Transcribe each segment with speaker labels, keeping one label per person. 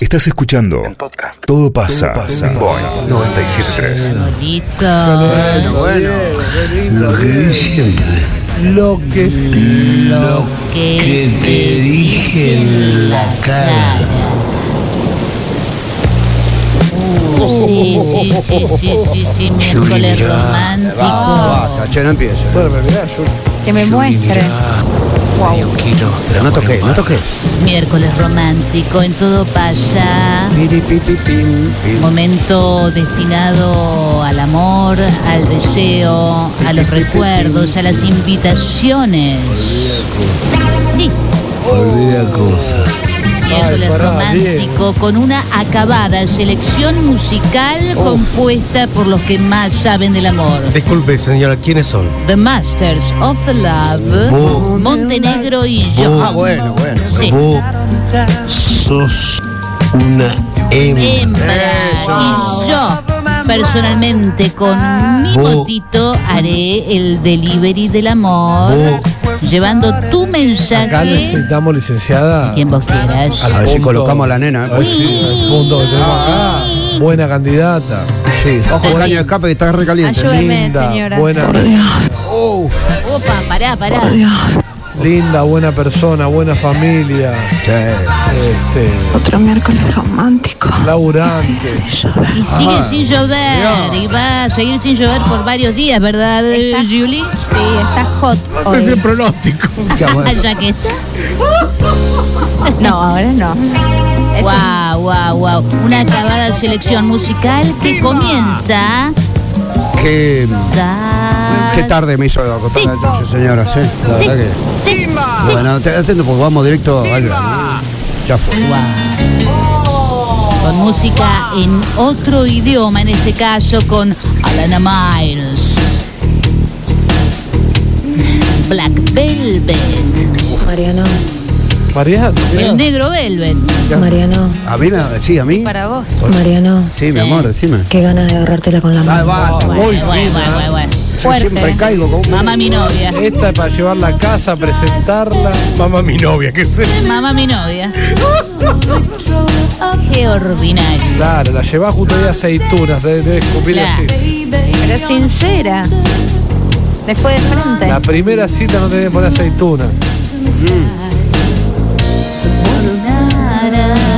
Speaker 1: Estás escuchando
Speaker 2: podcast.
Speaker 1: Todo pasa, en Boing 973.
Speaker 3: Bonito.
Speaker 4: Bueno,
Speaker 2: Lo que dije,
Speaker 4: lo que
Speaker 2: lo
Speaker 3: Que
Speaker 2: que te dije en la cara.
Speaker 3: Uh, sí, sí, sí, sí, sí, sí, miércoles
Speaker 2: Julia.
Speaker 3: romántico.
Speaker 4: Ah, basta, che, no empiezo. Bueno, pero mirá, yo
Speaker 5: Que me muestre.
Speaker 2: Yo quiero.
Speaker 4: no toqué, no toqué.
Speaker 3: Miércoles romántico en todo pasa.
Speaker 4: Piri, pi, pi, pim, pim.
Speaker 3: Momento destinado al amor, al deseo, a los recuerdos, a las invitaciones. Sí,
Speaker 2: Olvida cosas.
Speaker 3: miércoles
Speaker 4: pará,
Speaker 3: romántico con una acabada selección musical compuesta por los que más saben del amor.
Speaker 6: Disculpe, señora, ¿quiénes son?
Speaker 3: The Masters of the Love, Montenegro y yo.
Speaker 4: Ah, bueno, bueno.
Speaker 3: Sí.
Speaker 2: Vos sos una M.
Speaker 3: hembra y yo personalmente con mi
Speaker 2: Vos.
Speaker 3: botito haré el delivery del amor llevando tu
Speaker 4: Acá
Speaker 3: mensaje
Speaker 4: necesitamos licenciada.
Speaker 3: quien vos quieras
Speaker 4: A ver si
Speaker 6: Punto.
Speaker 4: colocamos a la nena. eh,
Speaker 6: A ver
Speaker 4: pues.
Speaker 6: si-
Speaker 4: El punto que tenemos acá. Buena candidata.
Speaker 6: Sí.
Speaker 4: Ojo con el año de escape que está recaliente.
Speaker 5: Ayúdeme,
Speaker 4: linda,
Speaker 5: señora.
Speaker 4: buena,
Speaker 3: opa pará pará
Speaker 4: linda, buena persona, buena familia. Este,
Speaker 7: Otro miércoles romántico.
Speaker 4: laburante.
Speaker 7: Sí, sí, yo veo.
Speaker 3: y sigue sin llover y va a seguir sin llover por varios días ¿verdad eh,
Speaker 5: Está-
Speaker 3: Julie?
Speaker 5: Sí, está hot. hoy.
Speaker 6: pronóstico.
Speaker 3: ya que está
Speaker 5: No, ahora no. Eso
Speaker 3: wow wow wow una acabada selección musical que comienza
Speaker 4: Qué,
Speaker 3: sa-
Speaker 4: qué tarde me hizo acostar
Speaker 3: Sí.
Speaker 4: la noche, señora. Sí, la
Speaker 3: sí,
Speaker 4: verdad que.
Speaker 3: sí, sí.
Speaker 4: Bueno, te atento porque vamos directo al grano. Ya fue.
Speaker 3: Con música en otro idioma, en este caso con Alana Miles. Black Velvet.
Speaker 8: Mariano,
Speaker 3: El negro Velvet.
Speaker 8: Mariano,
Speaker 4: ¿A mí me decía a mí?
Speaker 5: para vos.
Speaker 8: Mariano,
Speaker 4: Sí, mi amor, decime.
Speaker 8: qué ganas de agarrártela con la
Speaker 4: Dale,
Speaker 8: mano.
Speaker 4: va,
Speaker 3: Bueno,
Speaker 4: muy
Speaker 3: bueno,
Speaker 4: fina. ¿eh?
Speaker 3: bueno, bueno, bueno.
Speaker 4: Yo
Speaker 5: fuerte.
Speaker 4: siempre caigo con
Speaker 3: Mamá mi novia.
Speaker 4: Esta es para llevarla a casa, presentarla.
Speaker 6: Mamá, mi novia, ¿qué sé?
Speaker 3: Mamá mi novia. Qué ordinario.
Speaker 4: Claro, la llevás justo ahí a aceitunas, debes debe escupir
Speaker 3: Claro.
Speaker 4: así.
Speaker 5: Pero sincera. Después de frente.
Speaker 4: La primera cita no tenés que poner aceitunas.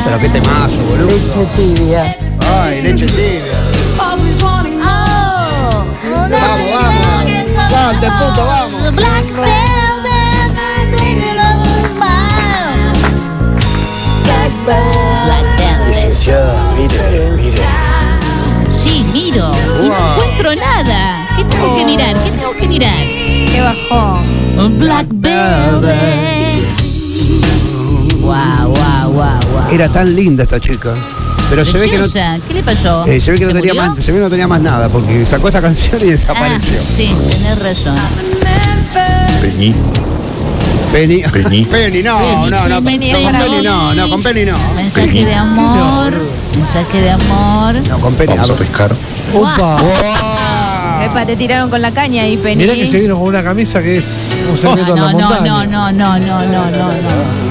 Speaker 4: Pero qué temazo, boludo. Leche tibia. Ay, leche tibia. Vamos, vamos. Dale, puto, vamos.
Speaker 3: Black Velvet. Black Velvet.
Speaker 2: Licenciada, mire, mire.
Speaker 3: Sí, miro. Y no encuentro nada. ¿Qué tengo que mirar? ¿Qué tengo que mirar?
Speaker 5: Qué bajó.
Speaker 3: Black Velvet. Guau, guau, guau, guau.
Speaker 4: Era tan linda esta chica. Pero se ve que no.
Speaker 3: Preciosa. ¿Qué le pasó?
Speaker 4: eh, se ve que no
Speaker 3: ¿Se
Speaker 4: tenía
Speaker 3: murió?
Speaker 4: más, se ve que no tenía más nada, porque sacó esta canción y
Speaker 3: Ah,
Speaker 4: desapareció.
Speaker 3: sí, tenés razón.
Speaker 9: Peñi,
Speaker 4: Penny.
Speaker 9: Penny.
Speaker 4: Penny, no, no,
Speaker 3: Penny,
Speaker 4: no.
Speaker 3: Penny,
Speaker 4: con
Speaker 3: Penny.
Speaker 4: Penny no, no, con Penny no.
Speaker 3: Mensaje de amor. Mensaje de amor.
Speaker 4: No, con Penny.
Speaker 9: vamos a pescar.
Speaker 3: Opa.
Speaker 5: Epa, te tiraron con la caña ahí, Penny.
Speaker 10: Mirá que se vino con una camisa que es un secreto
Speaker 3: No,
Speaker 10: en la
Speaker 3: Ah, no, no,
Speaker 10: montaña.
Speaker 3: no, no, no, no, no, no.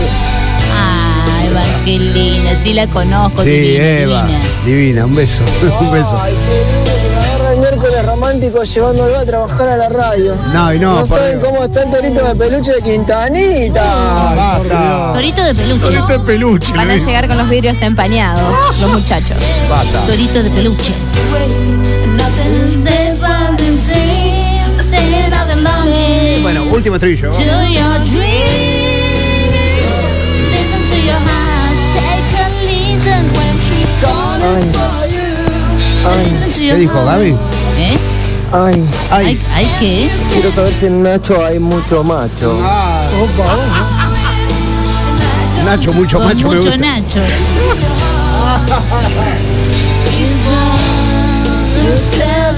Speaker 3: Ah, Evangelina, sí la conozco.
Speaker 4: Sí,
Speaker 3: divina,
Speaker 4: Eva.
Speaker 3: divina.
Speaker 4: Divina, un beso. un beso.
Speaker 11: romántico llevándolo a trabajar a la radio.
Speaker 12: Ah,
Speaker 4: No, y no,
Speaker 11: No
Speaker 4: por
Speaker 11: saben
Speaker 4: Dios.
Speaker 11: cómo está el torito de peluche de Quintanita.
Speaker 4: Basta.
Speaker 3: Torito de peluche.
Speaker 6: Ahorita es peluche.
Speaker 5: Van
Speaker 6: le
Speaker 5: a
Speaker 6: dice.
Speaker 5: llegar con los vidrios empañados, los muchachos.
Speaker 4: Basta.
Speaker 3: Torito de peluche.
Speaker 4: Bueno, último trillo. ¿eh? ¿Qué dijo Gaby?
Speaker 3: ¿Eh?
Speaker 11: Ay,
Speaker 3: ¿Hay, hay qué?
Speaker 11: quiero saber si en Nacho hay mucho macho.
Speaker 4: Nacho, mucho
Speaker 3: Con
Speaker 4: macho me
Speaker 3: mucho
Speaker 4: gusta.
Speaker 3: Nacho.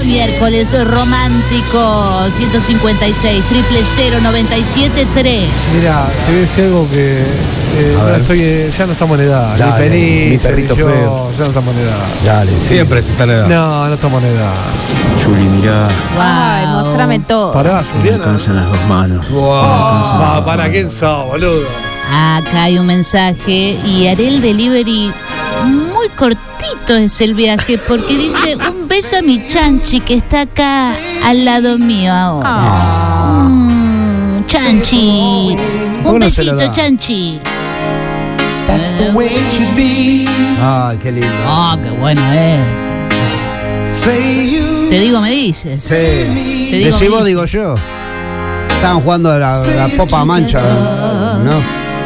Speaker 3: Miércoles romántico 156 triple 097
Speaker 10: Mira, te voy a decir algo que eh, no estoy, eh, ya no estamos en edad.
Speaker 4: Dale,
Speaker 10: ni Feliz,
Speaker 4: mi perrito
Speaker 10: ni yo,
Speaker 4: feo.
Speaker 10: Ya no estamos en edad.
Speaker 4: Dale, sí.
Speaker 6: Siempre se está en edad.
Speaker 10: No, no estamos en edad.
Speaker 5: Ay, mostrame todo.
Speaker 10: Pará, Juliana.
Speaker 6: Ah, para quién sos, boludo.
Speaker 3: Acá hay un mensaje y haré el delivery muy cortito es el viaje porque dice un beso a mi chanchi que está acá al lado mío ahora. Mm, chanchi. Un
Speaker 4: Ah. Uno se lo
Speaker 3: besito,
Speaker 4: da.
Speaker 3: chanchi.
Speaker 4: Ay, qué lindo.
Speaker 3: Ah, qué bueno es. Te digo, me dices.
Speaker 4: Sí.
Speaker 3: Te digo,
Speaker 4: Decí vos,
Speaker 3: me
Speaker 4: digo yo. Estaban jugando a la, la Popa Mancha, ¿no?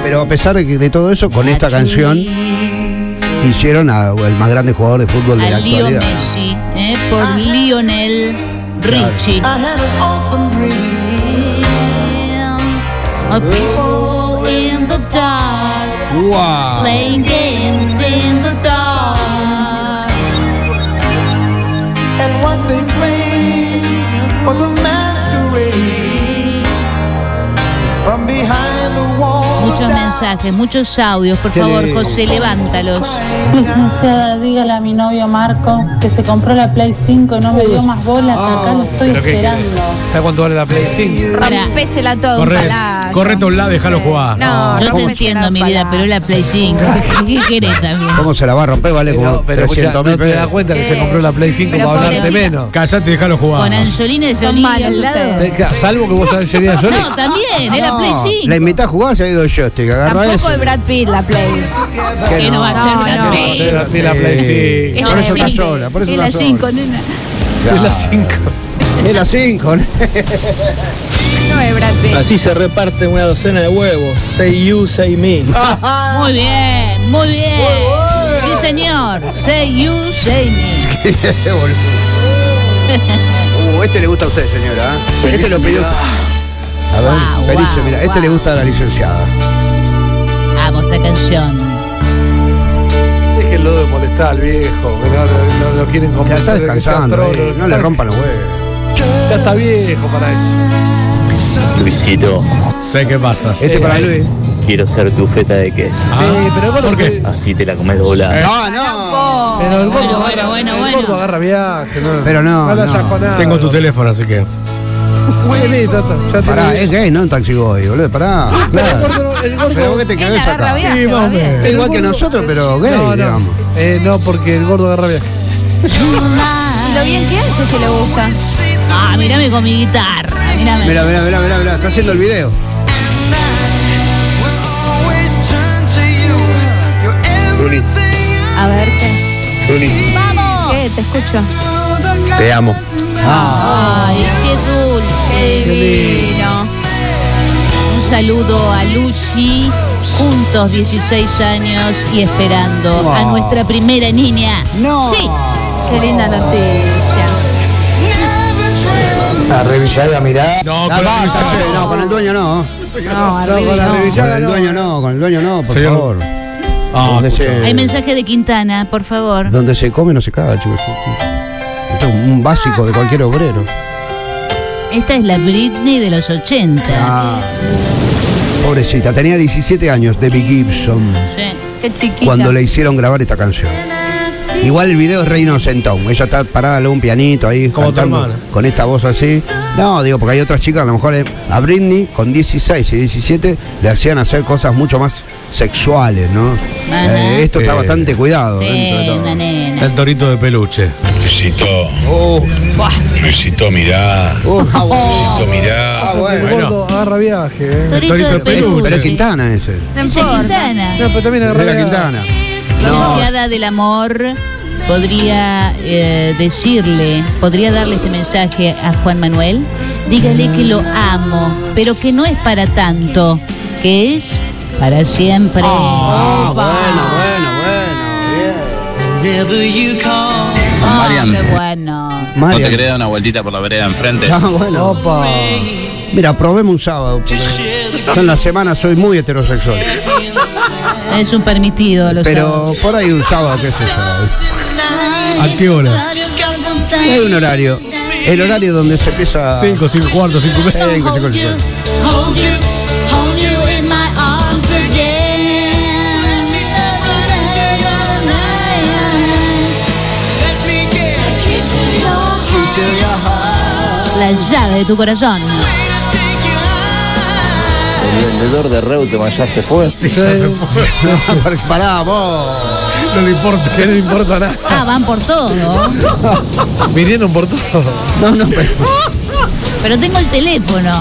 Speaker 4: Pero a pesar de, que- de todo eso, con esta canción hicieron a- al más grande jugador de fútbol de la
Speaker 3: A Leo
Speaker 4: actualidad.
Speaker 3: Messi, eh, por Lionel Richie. A people in the dark,
Speaker 6: Wow.
Speaker 3: playing games in the dark. Muchos mensajes, muchos audios, por
Speaker 4: Qué
Speaker 3: favor,
Speaker 4: lindo.
Speaker 3: José, levántalos.
Speaker 8: Dígale a mi novio Marco que se compró la Play 5 y no me dio más bolas. acá
Speaker 5: Oh,
Speaker 8: lo estoy
Speaker 6: ¿Pero qué
Speaker 8: esperando.
Speaker 10: ¿Sabes cuánto vale la Play 5?
Speaker 3: Pará.
Speaker 5: Rompésela todo
Speaker 6: Corre,
Speaker 5: un palazo.
Speaker 6: correte a un lado, déjalo jugar.
Speaker 5: No,
Speaker 3: Yo te
Speaker 5: rompésela
Speaker 3: entiendo,
Speaker 5: un
Speaker 3: mi vida,
Speaker 5: palazo.
Speaker 3: pero la Play 5. ¿Qué querés también?
Speaker 4: ¿Cómo se la va a romper? Vale como
Speaker 10: No, pero escuchá,
Speaker 4: 300
Speaker 10: no
Speaker 4: mil
Speaker 10: te das cuenta que se compró la Play 5
Speaker 5: Pero
Speaker 10: para hablarte
Speaker 5: pobrecita.
Speaker 10: menos.
Speaker 6: Callate y déjalo
Speaker 3: Con
Speaker 6: jugar.
Speaker 3: Angelina y
Speaker 5: Son
Speaker 3: Jolie
Speaker 5: malos
Speaker 3: al lado.
Speaker 5: ustedes.
Speaker 10: Te- Salvo que vos sabés Angelina Jolie.
Speaker 3: No, también, era Play 5.
Speaker 4: La invitás a jugar, se ha ido yo, este, que agarra
Speaker 5: Tampoco
Speaker 4: eso.
Speaker 5: de Brad Pitt la play.
Speaker 3: que no va a ser
Speaker 5: No,
Speaker 3: Brad
Speaker 5: no.
Speaker 3: Pitt.
Speaker 10: Te la- ni la Play 5.
Speaker 3: Es
Speaker 4: Por
Speaker 3: la
Speaker 4: eso está
Speaker 3: cinco.
Speaker 4: sola, por eso
Speaker 3: Es
Speaker 4: está
Speaker 3: la
Speaker 4: sola.
Speaker 3: 5, nena.
Speaker 10: Es la 5.
Speaker 4: Es la 5.
Speaker 5: No de Brad Pitt.
Speaker 11: Así se reparte una docena de huevos. 6 you, 6 me.
Speaker 3: Muy bien, muy bien. Sí, señor. Say you, say me.
Speaker 4: Uh, este le gusta a usted, señora. ¿eh? Este lo pidió. A ver,
Speaker 3: Ah. Guau,
Speaker 4: feliz,
Speaker 3: guau,
Speaker 4: mira, este
Speaker 3: guau.
Speaker 4: le gusta a la licenciada.
Speaker 3: Amo esta canción.
Speaker 10: Déjenlo de molestar al viejo, que no, no- no lo quieren
Speaker 4: Ya
Speaker 10: comprar.
Speaker 4: está descansando, eh, no le rompan los huevos.
Speaker 10: Ya está viejo para eso.
Speaker 11: Luisito,
Speaker 6: Sé qué pasa.
Speaker 4: Este
Speaker 10: Eh,
Speaker 4: para
Speaker 10: ahí.
Speaker 4: Luis.
Speaker 11: quiero ser tu feta de queso.
Speaker 6: Ah,
Speaker 10: pero vos
Speaker 6: ¿Por
Speaker 10: no
Speaker 6: qué?
Speaker 11: Así te la comes doblada.
Speaker 4: No, no.
Speaker 10: Pero el gordo
Speaker 3: Bueno, eh,
Speaker 10: agarra,
Speaker 3: bueno,
Speaker 10: el
Speaker 3: bueno,
Speaker 10: gordo
Speaker 3: bueno.
Speaker 10: Eh, agarra viaje, no,
Speaker 4: Pero no,
Speaker 10: la
Speaker 4: no.
Speaker 10: saco nada.
Speaker 6: Tengo tu teléfono, así que.
Speaker 10: Muy bien, Tata, ya te lo
Speaker 4: Pará, eh,
Speaker 10: dije.
Speaker 4: es gay, ¿no? Un taxiboy, boludo, pará.
Speaker 10: El
Speaker 4: Claro.
Speaker 10: gordo no- el gordo-
Speaker 4: Pero vos que te
Speaker 5: Él
Speaker 4: cagás
Speaker 5: agarra
Speaker 4: acá.
Speaker 5: viaje, va bien.
Speaker 4: Es igual que nosotros, pero gay,
Speaker 10: no, no.
Speaker 4: digamos.
Speaker 10: Eh, no, porque el gordo agarra viaje.
Speaker 5: Y Lo bien que hace si le gusta.
Speaker 3: Ah, mirame con mi guitarra. Mirame.
Speaker 4: Mirá, mirá, mirá, mirá, mirá, está haciendo el video.
Speaker 5: A ver qué.
Speaker 3: ¡Vamos!
Speaker 5: ¿Qué? Te escucho.
Speaker 11: Te amo.
Speaker 3: Ah. Ay, qué dulce divino. Un saludo a Luchi, juntos 16 años y esperando a nuestra primera niña. No. Sí.
Speaker 5: Qué linda noticia.
Speaker 2: A revisar, a mirar.
Speaker 6: No,
Speaker 4: Ah,
Speaker 6: con la
Speaker 4: basta,
Speaker 6: revisión.
Speaker 4: che, no, con el dueño no.
Speaker 5: No, arriba.
Speaker 10: con la
Speaker 5: no.
Speaker 4: Con
Speaker 10: revillada
Speaker 4: el
Speaker 10: no.
Speaker 4: dueño no, con el dueño no, por
Speaker 6: Señor.
Speaker 4: favor.
Speaker 6: Ah,
Speaker 4: Donde
Speaker 6: escucha.
Speaker 4: se-
Speaker 3: Hay mensaje de Quintana, por favor.
Speaker 4: Donde se come no se caga, chicos. Esto es un básico de cualquier obrero.
Speaker 3: Esta es la Britney de los 80.
Speaker 4: Pobrecita, tenía 17 años, Debbie Gibson,
Speaker 3: Sí.
Speaker 5: Qué chiquita.
Speaker 4: cuando le hicieron grabar esta canción. Igual el video es re inocentón. Ella está parada en un pianito ahí,
Speaker 13: Como tu
Speaker 4: cantando
Speaker 13: hermana.
Speaker 4: con esta voz así. No, digo, porque hay otras chicas, a lo mejor eh, a Britney con 16 y 17 le hacían hacer cosas mucho más sexuales, ¿no?
Speaker 3: Ajá.
Speaker 4: Eh, esto está
Speaker 13: Sí.
Speaker 4: bastante cuidado. dentro de todo.
Speaker 3: Nena,
Speaker 13: Está
Speaker 3: nena.
Speaker 13: el torito de peluche.
Speaker 14: Luisito. Luisito, mirá. Luisito, mirá.
Speaker 10: Ah, bueno,
Speaker 13: Bueno.
Speaker 10: gordo, agarra viaje, eh.
Speaker 3: Torito
Speaker 13: torito
Speaker 3: de
Speaker 13: de
Speaker 3: Perú.
Speaker 13: peluche.
Speaker 4: Pero es Quintana ese.
Speaker 5: No
Speaker 3: Ella es
Speaker 5: importa.
Speaker 3: Quintana.
Speaker 10: No, pero también agarra
Speaker 4: Era
Speaker 10: viaje.
Speaker 4: Quintana. No.
Speaker 3: Licenciada del amor podría eh, decirle, podría darle este mensaje a Juan Manuel. Dígale que lo amo, pero que no es para tanto, que es para siempre.
Speaker 4: Ah, bueno, bueno, bueno, bien.
Speaker 3: Marian. qué bueno.
Speaker 14: ¿No te
Speaker 4: Marian.
Speaker 14: querés dar una vueltita por la vereda enfrente?
Speaker 4: Ah, bueno.
Speaker 10: Opa.
Speaker 4: Mira, probemos un sábado. porque Yo en la semana soy muy heterosexual.
Speaker 3: Es un permitido, lo
Speaker 4: Pero por ahí un sábado, qué sé yo.
Speaker 13: ¿A qué hora?
Speaker 4: Hay un horario. El horario donde se empieza.
Speaker 13: 5, 5 cuartos, 5
Speaker 4: Eh, cinco, cinco, cinco.
Speaker 3: La llave de tu corazón.
Speaker 4: Porque Pará, vos.
Speaker 6: No le importa, no le importa nada.
Speaker 3: Ah, van por todo.
Speaker 6: Vinieron por todo.
Speaker 4: No, no, pero,
Speaker 3: Pero tengo el teléfono.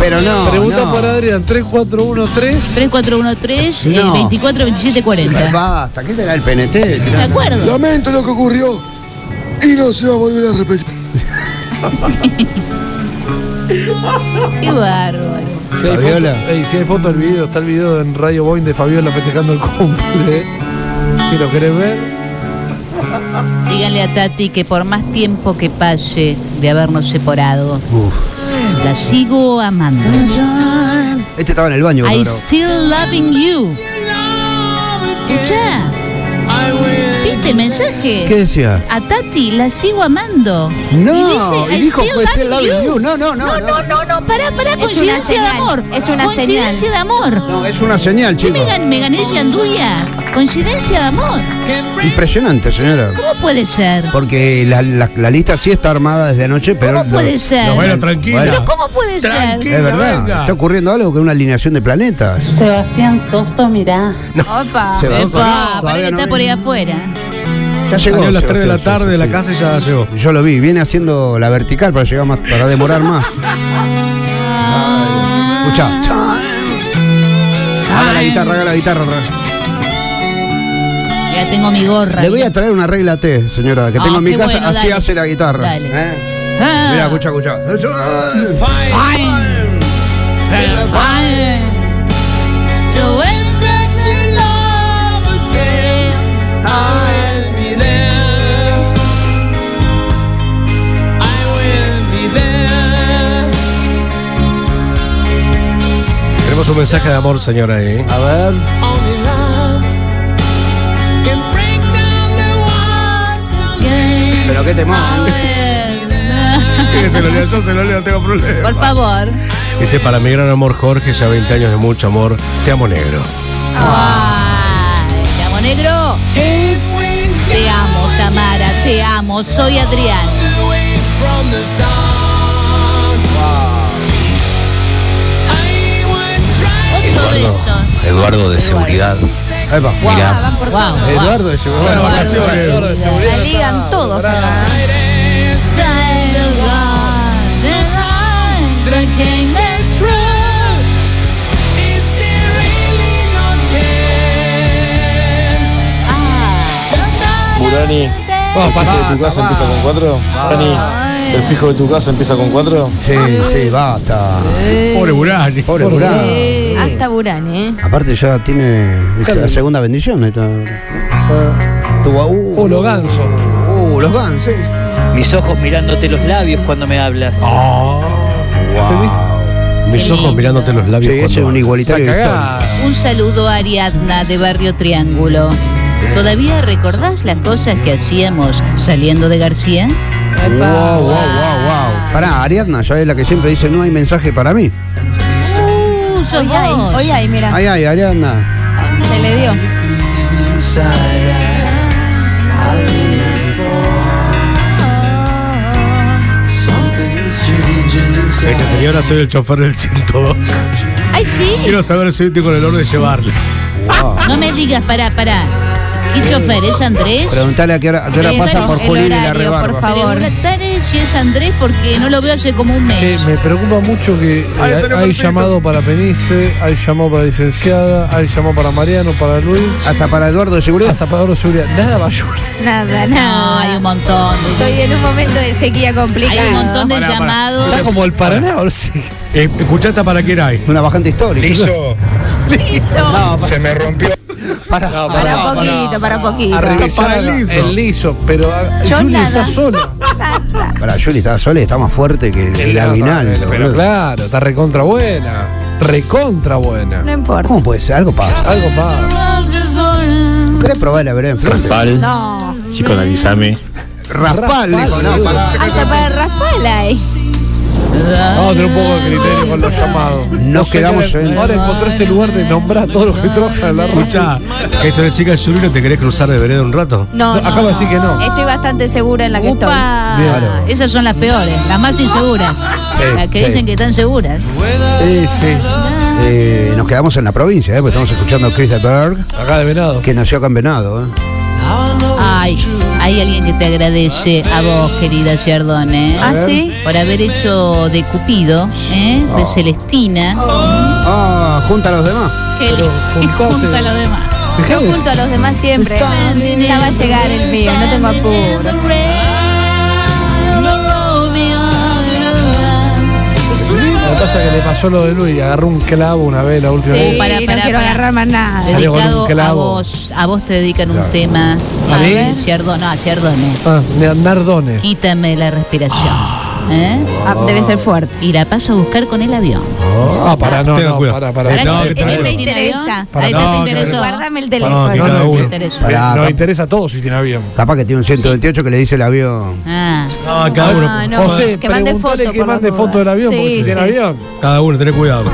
Speaker 4: pero no.
Speaker 6: Pregunta
Speaker 4: no.
Speaker 6: para Adrián, 3413.
Speaker 3: 3413 eh,
Speaker 4: No.
Speaker 3: 242740.
Speaker 4: Basta, ¿qué te da el PNT?
Speaker 3: ¿De acuerdo?
Speaker 10: Lamento lo que ocurrió. Y no se va a volver a repetir.
Speaker 3: Qué bárbaro.
Speaker 6: Si hay, foto,
Speaker 4: Fabiola.
Speaker 6: Ey, si hay foto del video, está el video en Radio Boeing de Fabiola festejando el cumple. eh. Si lo querés ver.
Speaker 3: Díganle a Tati que por más tiempo que pase de habernos separado,
Speaker 4: Uf.
Speaker 3: la sigo amando.
Speaker 4: Este estaba en el baño,
Speaker 3: I
Speaker 4: boludo.
Speaker 3: still loving you. Escuchá. ¿Viste el mensaje?
Speaker 4: ¿Qué decía?
Speaker 3: A Tati la sigo amando.
Speaker 4: No,
Speaker 3: y dice,
Speaker 4: y dijo
Speaker 3: I still
Speaker 4: puede ser
Speaker 3: love
Speaker 4: Love
Speaker 3: you.
Speaker 4: You. No, no, no.
Speaker 3: No, no, no, no, pará, pará, coincidencia de
Speaker 5: señal,
Speaker 3: amor.
Speaker 5: es una
Speaker 3: coincidencia
Speaker 5: señal.
Speaker 3: de amor.
Speaker 4: No, es una señal,
Speaker 3: ¿Qué
Speaker 4: chicos.
Speaker 3: me, gan- me gané Yanduya? Coincidencia de amor.
Speaker 4: Impresionante, señora.
Speaker 3: ¿Cómo puede ser?
Speaker 4: Porque la, la- la lista sí está armada desde anoche, pero.
Speaker 3: ¿Cómo puede ser?
Speaker 13: Bueno, tranquila.
Speaker 3: Pero ¿cómo puede ser?
Speaker 4: es verdad,
Speaker 13: venga.
Speaker 4: está ocurriendo algo que es una alineación de planetas.
Speaker 8: Sebastián Soso, mirá.
Speaker 5: Opa.
Speaker 4: Se va.
Speaker 3: Epa, parece
Speaker 4: Todavía
Speaker 3: que
Speaker 4: no
Speaker 3: está por ahí
Speaker 4: viene.
Speaker 3: afuera.
Speaker 4: Ya llegó.
Speaker 13: Salió a las 3 de la
Speaker 4: Sebastián,
Speaker 13: tarde
Speaker 4: sí,
Speaker 13: de la
Speaker 4: sí.
Speaker 13: casa y ya llegó.
Speaker 4: Yo lo vi, viene haciendo la vertical para llegar más, para demorar más.
Speaker 3: Ah.
Speaker 4: Escucha. Haga la guitarra, haga la guitarra. haga.
Speaker 3: Ah, Ya tengo mi gorra.
Speaker 4: Le voy a traer una regla T, señora, que
Speaker 3: Ah,
Speaker 4: tengo en mi
Speaker 3: qué
Speaker 4: casa,
Speaker 3: bueno,
Speaker 4: así
Speaker 3: dale.
Speaker 4: hace la guitarra.
Speaker 3: Dale.
Speaker 4: ¿eh?
Speaker 3: Ah.
Speaker 4: Mira, escucha, escucha.
Speaker 3: Fine. Fine. To end that new love again. I'll be there. I will be there.
Speaker 13: Tenemos un mensaje de amor, señora. ahí, ¿eh?
Speaker 4: A ver.
Speaker 14: Only love can break down the walls someday.
Speaker 4: Pero qué temor.
Speaker 13: Que se lo leo yo, se lo leo, no tengo problema.
Speaker 3: Por favor.
Speaker 13: Dice, para mi gran amor Jorge, ya 20 años de mucho amor, te amo negro.
Speaker 3: Ay, te amo negro. Te amo Tamara, te amo. Soy Adrián. Otro de esos.
Speaker 14: Eduardo de seguridad.
Speaker 4: Epa.
Speaker 14: Mirá.
Speaker 3: Wow, wow.
Speaker 4: Eduardo de
Speaker 6: Bueno,
Speaker 4: Seguridad.
Speaker 6: vacaciones.
Speaker 3: Eduardo de seguridad.
Speaker 5: La ligan todos. acá.
Speaker 12: Burani,
Speaker 6: Vamos,
Speaker 12: el fijo
Speaker 6: papá.
Speaker 12: de tu casa empieza con cuatro. Burani, el fijo de tu casa empieza con cuatro.
Speaker 4: Sí, sí, basta.
Speaker 13: Pobre Burani.
Speaker 4: Pobre Burá.
Speaker 5: Hasta Burani, ¿eh?
Speaker 4: Aparte ya tiene es la segunda bendición. Esta. Tuvo a- uh,
Speaker 6: Oh, los gansos.
Speaker 4: Uh, los Guns, sí.
Speaker 2: Mis ojos mirándote los labios cuando me hablas.
Speaker 4: Ah,
Speaker 13: Mis
Speaker 3: Qué
Speaker 13: ojos
Speaker 3: lindo.
Speaker 13: mirándote los labios.
Speaker 4: Sí, ese es
Speaker 13: cuando-
Speaker 4: un igualitario.
Speaker 6: La
Speaker 4: histórico.
Speaker 6: cagada.
Speaker 3: Un saludo a Ariadna de Barrio Triángulo. ¿Todavía recordás las cosas que hacíamos saliendo de García?
Speaker 4: Wow, wow, wow, wow. Pará, Ariadna, ya es la que siempre dice no hay mensaje para mí.
Speaker 3: Uh, sos
Speaker 5: Hoy hay,
Speaker 3: vos.
Speaker 5: hoy hay, mira.
Speaker 4: Ay, ay, Ariadna.
Speaker 5: Se le dio.
Speaker 13: Me dice, señora, soy el chofer del 102.
Speaker 3: Ay, sí.
Speaker 13: Quiero saber si hoy tengo el honor de llevarle.
Speaker 3: No me digas, pará, pará. ¿Qué chofer es Andrés?
Speaker 4: Preguntale a qué hora, a qué hora
Speaker 3: Sí,
Speaker 4: pasa
Speaker 3: dale
Speaker 4: por
Speaker 3: el
Speaker 4: Julián y la
Speaker 3: horario,
Speaker 4: rebarba.
Speaker 3: Preguntale si es Andrés porque no lo veo hace como un mes.
Speaker 6: Che, me preocupa mucho que eh,
Speaker 3: Ahí
Speaker 6: hay,
Speaker 3: salió perfecto.
Speaker 6: llamado para Penice, hay llamado para licenciada, hay llamado para Mariano, para Luis.
Speaker 4: Hasta para Eduardo de Seguridad.
Speaker 6: Hasta para Eduardo de Seguridad. Nada va a ayudar.
Speaker 5: Nada,
Speaker 3: No,
Speaker 5: nada.
Speaker 3: hay un montón. de-
Speaker 5: Estoy en un momento de sequía complicada.
Speaker 3: Hay un montón de
Speaker 13: Pará, pará.
Speaker 3: llamados.
Speaker 6: Está como el Paraná, ahora sí.
Speaker 13: Eh, escuchaste para quién hay.
Speaker 4: Una bajante histórica. No,
Speaker 10: Se me rompió.
Speaker 4: para, para,
Speaker 5: Para poquito, para poquito.
Speaker 6: A revisar
Speaker 4: para el
Speaker 6: el
Speaker 4: liso.
Speaker 6: liso. pero ah, a-
Speaker 5: Yo
Speaker 6: Juli
Speaker 5: nada.
Speaker 6: está sola.
Speaker 4: Para Juli está sola y está más fuerte que el, el aguinaldo,
Speaker 6: Pero
Speaker 4: boludo.
Speaker 6: claro, está recontra buena. Recontra buena.
Speaker 5: No importa.
Speaker 4: ¿Cómo puede ser? Algo pasa.
Speaker 6: Algo pasa.
Speaker 4: ¿Querés probar la vereda enfrente?
Speaker 14: Raspal,
Speaker 5: No.
Speaker 14: chicos, avísame.
Speaker 4: Raspal, dijo, no, pará.
Speaker 5: Hasta para Rafaela hay.
Speaker 6: Vamos a tener un poco de criterio con los llamados. No sé
Speaker 4: quedamos
Speaker 6: que ahora-
Speaker 4: en-
Speaker 6: Ahora encontré este lugar de nombrar a todos los que trabajan en la radio.
Speaker 13: Escuchá, que eso de chica de Yuri, ¿no te querés cruzar de vereda un rato?
Speaker 5: No, no,
Speaker 6: Acaba de decir que no.
Speaker 5: Estoy bastante segura en la que estoy.
Speaker 3: Upa.
Speaker 6: Bien. Claro.
Speaker 3: Esas son las peores, las más inseguras. las que
Speaker 4: sí.
Speaker 3: dicen que están seguras.
Speaker 6: Sí, sí.
Speaker 4: Eh, nos quedamos en la provincia, eh, porque estamos escuchando a Chris de Berg,
Speaker 6: Acá de Venado.
Speaker 4: que nació acá en Venado. eh.
Speaker 3: Ay, hay alguien que te agradece a vos, querida Giardone. ¿eh?
Speaker 5: ¿Ah, sí?
Speaker 3: Por haber hecho de Cupido, ¿eh? de
Speaker 5: Oh.
Speaker 3: Celestina.
Speaker 4: Ah, junta a los demás.
Speaker 3: Que le- y
Speaker 6: juntate.
Speaker 3: junta a los demás.
Speaker 5: Yo junto a los demás siempre. Ya va a llegar el mío, no tengo apuro.
Speaker 6: Lo que pasa es que le pasó lo de Luis, agarró un clavo una vez la última
Speaker 5: Sí,
Speaker 6: vez.
Speaker 3: pará,
Speaker 5: no
Speaker 3: pará,
Speaker 5: quiero
Speaker 3: pará.
Speaker 5: agarrar más nada.
Speaker 6: Salió con un
Speaker 3: Dedicado a
Speaker 6: clavo.
Speaker 3: vos. A vos te dedican un tema.
Speaker 6: ¿A mí?
Speaker 3: Eh, Giardone, no, a Giardone.
Speaker 6: Ah, ne- Nardone.
Speaker 3: Quítame la respiración. ¿eh?
Speaker 5: Ah, debe ser fuerte.
Speaker 3: Y la paso a buscar con el avión.
Speaker 6: Ah, para, no,
Speaker 13: Tenga
Speaker 6: no,
Speaker 13: cuidado.
Speaker 6: para, para.
Speaker 13: Eh, no, que
Speaker 5: Ese
Speaker 13: está
Speaker 5: me
Speaker 13: bueno.
Speaker 5: interesa.
Speaker 6: Para
Speaker 3: Ahí
Speaker 6: no,
Speaker 3: te Ah,
Speaker 6: que
Speaker 3: interesó.
Speaker 5: Guárdame el
Speaker 13: No, que
Speaker 5: teléfono.
Speaker 13: cada
Speaker 6: no,
Speaker 13: uno.
Speaker 3: Te interesó.
Speaker 4: Ah, Pará,
Speaker 6: Nos
Speaker 4: cap-
Speaker 6: interesa a todos si tiene avión.
Speaker 4: capaz que tiene un 128 que le dice el avión.
Speaker 3: Ah.
Speaker 13: No, cada uno.
Speaker 5: No, no,
Speaker 6: José,
Speaker 5: que mande
Speaker 6: preguntale
Speaker 5: foto
Speaker 6: que
Speaker 5: por las
Speaker 6: mande foto
Speaker 5: dudas.
Speaker 6: del avión,
Speaker 5: Sí,
Speaker 6: porque si tiene
Speaker 5: sí.
Speaker 6: avión.
Speaker 13: Cada uno, tené cuidado.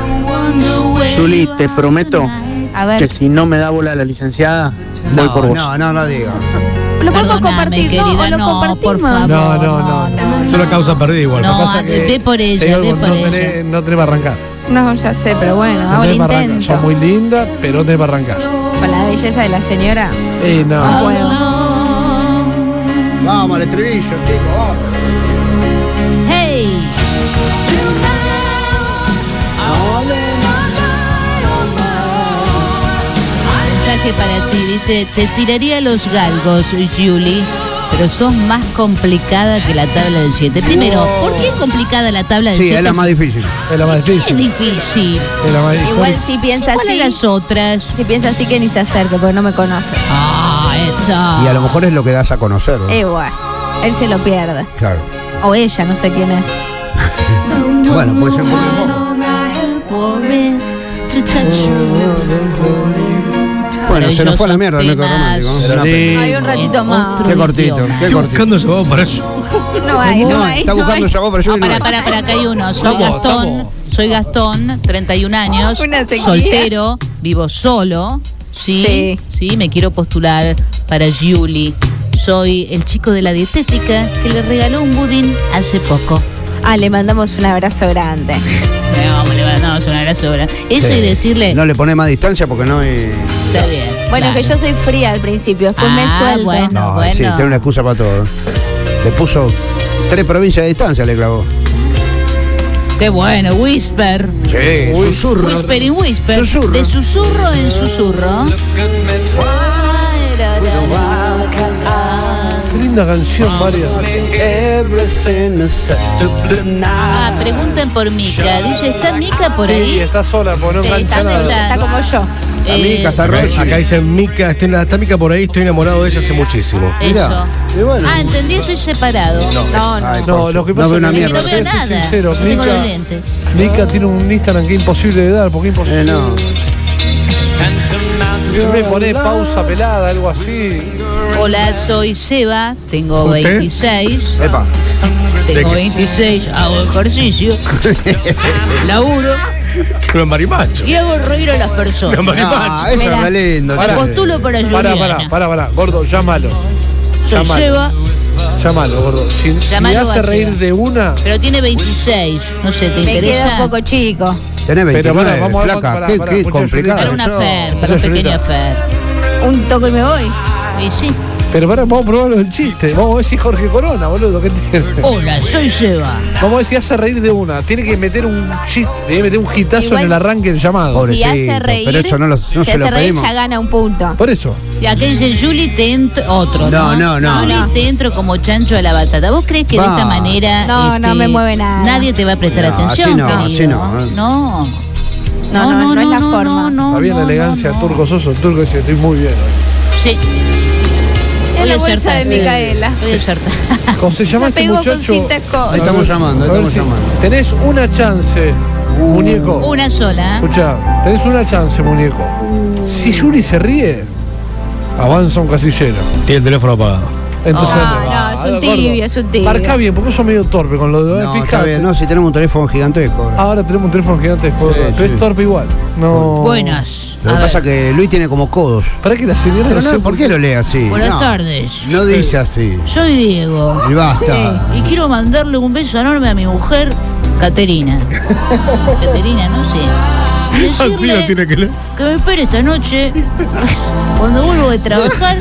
Speaker 12: Juli, te prometo
Speaker 5: A ver,
Speaker 12: que si no me da bola la licenciada, voy
Speaker 4: No,
Speaker 12: por vos.
Speaker 4: no, no, no diga.
Speaker 5: ¿lo podemos
Speaker 3: Perdóname,
Speaker 5: compartir? ¿no? ¿O
Speaker 3: querida,
Speaker 5: lo
Speaker 3: no, por
Speaker 5: compartimos?
Speaker 3: favor.
Speaker 6: No, no, no,
Speaker 13: Solo causa perdida igual.
Speaker 3: No,
Speaker 13: capaz.
Speaker 3: ande- ve por
Speaker 6: te
Speaker 3: ella,
Speaker 6: digo
Speaker 3: ve
Speaker 6: algo,
Speaker 3: por
Speaker 6: no
Speaker 3: ella.
Speaker 6: tenés, no tenés para arrancar.
Speaker 5: No, ya sé, pero bueno,
Speaker 6: No
Speaker 5: hago el
Speaker 6: tenés para arrancar.
Speaker 5: intento.
Speaker 6: Sos muy linda, pero no tenés para arrancar.
Speaker 5: Con la belleza de la señora.
Speaker 6: Eh,
Speaker 5: no
Speaker 6: no.
Speaker 5: puedo.
Speaker 4: Vamos al estribillo, chicos. vamos.
Speaker 3: Hey. Mensaje para ti, dice, te tiraría los galgos, Julie, pero sos más complicada que la tabla del 7. Primero, ¿por qué es complicada la tabla del 7?
Speaker 4: Sí, es la más difícil.
Speaker 6: Es la más
Speaker 3: Es
Speaker 6: difícil.
Speaker 3: difícil.
Speaker 6: Es la más
Speaker 5: Igual
Speaker 6: difícil.
Speaker 5: si piensa
Speaker 3: ¿Cuáles
Speaker 5: así,
Speaker 3: las otras?
Speaker 5: si piensa así que ni se acerque porque no me conoce.
Speaker 3: Ah,
Speaker 4: Y a
Speaker 3: esa.
Speaker 4: lo mejor es lo que das a conocer. ¿no?
Speaker 5: Eh, bueno, él se lo pierde.
Speaker 4: Claro.
Speaker 5: O ella, no sé quién es.
Speaker 4: Bueno, puede ser un poco de poco. Bueno, se nos fue a la mierda el
Speaker 3: Maravillosos
Speaker 4: Nico Romántico. Una
Speaker 3: temas.
Speaker 4: pena.
Speaker 1: Eh,
Speaker 5: No, hay un ratito más.
Speaker 4: Qué cortito, qué
Speaker 13: Estoy
Speaker 4: cortito.
Speaker 13: buscando llevado para eso.
Speaker 5: No hay, no
Speaker 4: No,
Speaker 5: hay.
Speaker 4: está
Speaker 5: no
Speaker 4: buscando
Speaker 5: hay.
Speaker 4: llamó, pero yo
Speaker 3: Ah,
Speaker 4: no.
Speaker 3: para, para, para, acá hay uno. Soy
Speaker 6: Estamos,
Speaker 3: Gastón,
Speaker 6: estamos.
Speaker 3: soy Gastón, 31 años,
Speaker 5: Una sequía.
Speaker 3: soltero, vivo solo. ¿sí? sí, me quiero postular para Julie. Soy el chico de la dietética que le regaló un budín hace poco.
Speaker 5: Ah, le mandamos un abrazo grande.
Speaker 3: Vamos, le mandamos un abrazo ahora. Eso y decirle,
Speaker 4: No le pone más distancia porque no hay.
Speaker 3: está bien.
Speaker 5: Bueno,
Speaker 3: claro.
Speaker 5: que yo soy fría al principio, después
Speaker 3: Ah,
Speaker 5: me suelto.
Speaker 3: bueno.
Speaker 4: No,
Speaker 3: bueno.
Speaker 4: sí, tiene una excusa para todo. Le puso tres provincias de distancia, le clavó.
Speaker 3: Qué bueno, Whisper.
Speaker 4: Sí, susurro.
Speaker 3: Whisper in Whisper.
Speaker 4: Susurro.
Speaker 3: De susurro en susurro.
Speaker 6: Es linda canción, María.
Speaker 3: Ah, pregunten por Mica. Dice, ¿está Mica por ahí?
Speaker 6: Y está sola, porque no
Speaker 5: Sí, está,
Speaker 6: engancha nada.
Speaker 5: está como yo.
Speaker 3: Eh,
Speaker 4: Amiga, está
Speaker 13: Acá,
Speaker 4: Rochi.
Speaker 13: acá dice Mica, estoy en la- está Mica por ahí, estoy enamorado de ella hace muchísimo.
Speaker 4: Mirá.
Speaker 3: Eso.
Speaker 4: Y bueno.
Speaker 3: Ah, entendí, estoy separado. No,
Speaker 5: No, no.
Speaker 4: Ay,
Speaker 6: No,
Speaker 4: por
Speaker 6: lo que
Speaker 4: su-
Speaker 6: pasa
Speaker 4: no veo una
Speaker 6: es que
Speaker 4: mierda.
Speaker 3: no veo
Speaker 6: Te voy a ser
Speaker 3: nada.
Speaker 6: sincero,
Speaker 3: no tengo
Speaker 6: Mica-
Speaker 3: los lentes.
Speaker 6: Mica tiene un Instagram que es imposible de dar, porque es imposible.
Speaker 4: Eh, no.
Speaker 6: Siempre pone pausa pelada, algo así.
Speaker 3: Hola, soy Seba, tengo
Speaker 13: ¿Usted?
Speaker 3: 26.
Speaker 4: Epa.
Speaker 3: Tengo 26, hago ejercicio, laburo
Speaker 13: Que me marimacho.
Speaker 3: y hago reír a las
Speaker 13: Me
Speaker 3: personas.
Speaker 4: Ah,
Speaker 13: marimacho.
Speaker 4: eso es re lindo.
Speaker 6: Pará.
Speaker 4: che.
Speaker 3: Postulo para
Speaker 6: Pará,
Speaker 3: Juliana.
Speaker 6: pará, pará, pará. Gordo, llámalo.
Speaker 3: Lo
Speaker 6: Llámalo.
Speaker 3: llevo.
Speaker 6: Llámalo, gordo. Si, si
Speaker 3: Llámalo,
Speaker 6: hace
Speaker 3: Bachero.
Speaker 6: reír de una.
Speaker 3: Pero tiene 26. No sé, ¿te
Speaker 5: Me queda un
Speaker 3: interesa?
Speaker 5: poco chico.
Speaker 4: Tenés
Speaker 6: Pero
Speaker 4: 29,
Speaker 6: pará, vamos a-
Speaker 4: flaca.
Speaker 6: pará,
Speaker 4: qué
Speaker 6: pará,
Speaker 4: qué
Speaker 6: muchacho,
Speaker 4: complicado.
Speaker 3: Para una
Speaker 6: Yo-
Speaker 3: fer, para
Speaker 6: yo
Speaker 3: un
Speaker 6: solita.
Speaker 3: pequeño fer.
Speaker 5: Un toco y me voy.
Speaker 3: Y sí.
Speaker 6: Pero pará, vamos a probarlo el chiste. Vamos a ver si Jorge Corona, boludo. ¿Qué tiene?
Speaker 3: Hola, soy Seba.
Speaker 6: Vamos a ver si hace reír de una. Tiene que meter un chiste, debe meter un hitazo
Speaker 5: Igual-
Speaker 6: en el arranque del llamado.
Speaker 5: Si
Speaker 4: Pobrecito,
Speaker 5: hace reír,
Speaker 4: pero eso no lo- no
Speaker 5: si
Speaker 4: se
Speaker 5: hace
Speaker 4: lo
Speaker 5: reír
Speaker 4: pedimos.
Speaker 5: ya gana un punto.
Speaker 6: Por eso.
Speaker 3: Y acá dice, Juli, te entro... Otro, ¿no?
Speaker 4: No, no, no.
Speaker 3: Juli,
Speaker 4: No.
Speaker 3: te entro como chancho a la batata. ¿Vos crees que de esta
Speaker 4: Vamos.
Speaker 3: manera... este,
Speaker 5: No, no me mueve nada.
Speaker 3: Nadie te va a prestar
Speaker 4: No, así
Speaker 3: atención,
Speaker 4: no, así
Speaker 3: querido?
Speaker 4: no, ¿eh?
Speaker 3: No.
Speaker 5: No, no, no es la
Speaker 3: No,
Speaker 5: forma.
Speaker 3: no,
Speaker 6: Está bien
Speaker 3: no,
Speaker 6: la elegancia
Speaker 3: no,
Speaker 6: del
Speaker 3: no.
Speaker 6: turco soso. El turco dice, estoy muy bien. hoy.
Speaker 3: Sí.
Speaker 5: Es
Speaker 3: Voy a
Speaker 5: la bolsa de
Speaker 3: acertar.
Speaker 5: Micaela.
Speaker 3: Voy a acertar.
Speaker 6: José, llama a este
Speaker 5: pegó con
Speaker 6: muchacho.
Speaker 5: cinta escoba.
Speaker 6: A
Speaker 4: Estamos
Speaker 6: ver-
Speaker 4: llamando,
Speaker 6: a ver
Speaker 4: estamos llamando. Uh.
Speaker 6: Tenés una chance, muñeco.
Speaker 3: Una sola. ¿eh?
Speaker 6: Escucha, tenés una chance, muñeco.
Speaker 5: Uh.
Speaker 6: Si Yuri se ríe, avanza un casillero.
Speaker 13: Tiene el teléfono apagado.
Speaker 6: Entonces,
Speaker 5: Ah,
Speaker 6: Ah,
Speaker 5: No, no, es un
Speaker 6: gordo,
Speaker 5: tibio, es un tibio.
Speaker 6: Marca bien, porque sos medio torpe con lo de.
Speaker 4: No, está
Speaker 6: Fíjate.
Speaker 4: bien, no, si tenemos un teléfono gigantesco.
Speaker 6: Ahora tenemos un teléfono gigante de juego,
Speaker 4: Sí,
Speaker 6: pero
Speaker 4: sí.
Speaker 6: es torpe igual. No.
Speaker 4: Oh.
Speaker 3: Buenas.
Speaker 4: Lo
Speaker 3: A
Speaker 4: que
Speaker 3: ver.
Speaker 4: pasa es que Luis tiene como codos.
Speaker 6: Para que la señora
Speaker 4: Pero
Speaker 6: no,
Speaker 4: no,
Speaker 6: sé
Speaker 4: ¿por qué lo lee así?
Speaker 3: Buenas
Speaker 4: no,
Speaker 3: tardes.
Speaker 4: No dice así.
Speaker 3: Soy Diego.
Speaker 4: Y basta.
Speaker 3: Y quiero mandarle un beso enorme a mi mujer, Caterina. Caterina, no sé. Y decirle
Speaker 13: que leer.
Speaker 3: que me espere esta noche cuando vuelvo de trabajar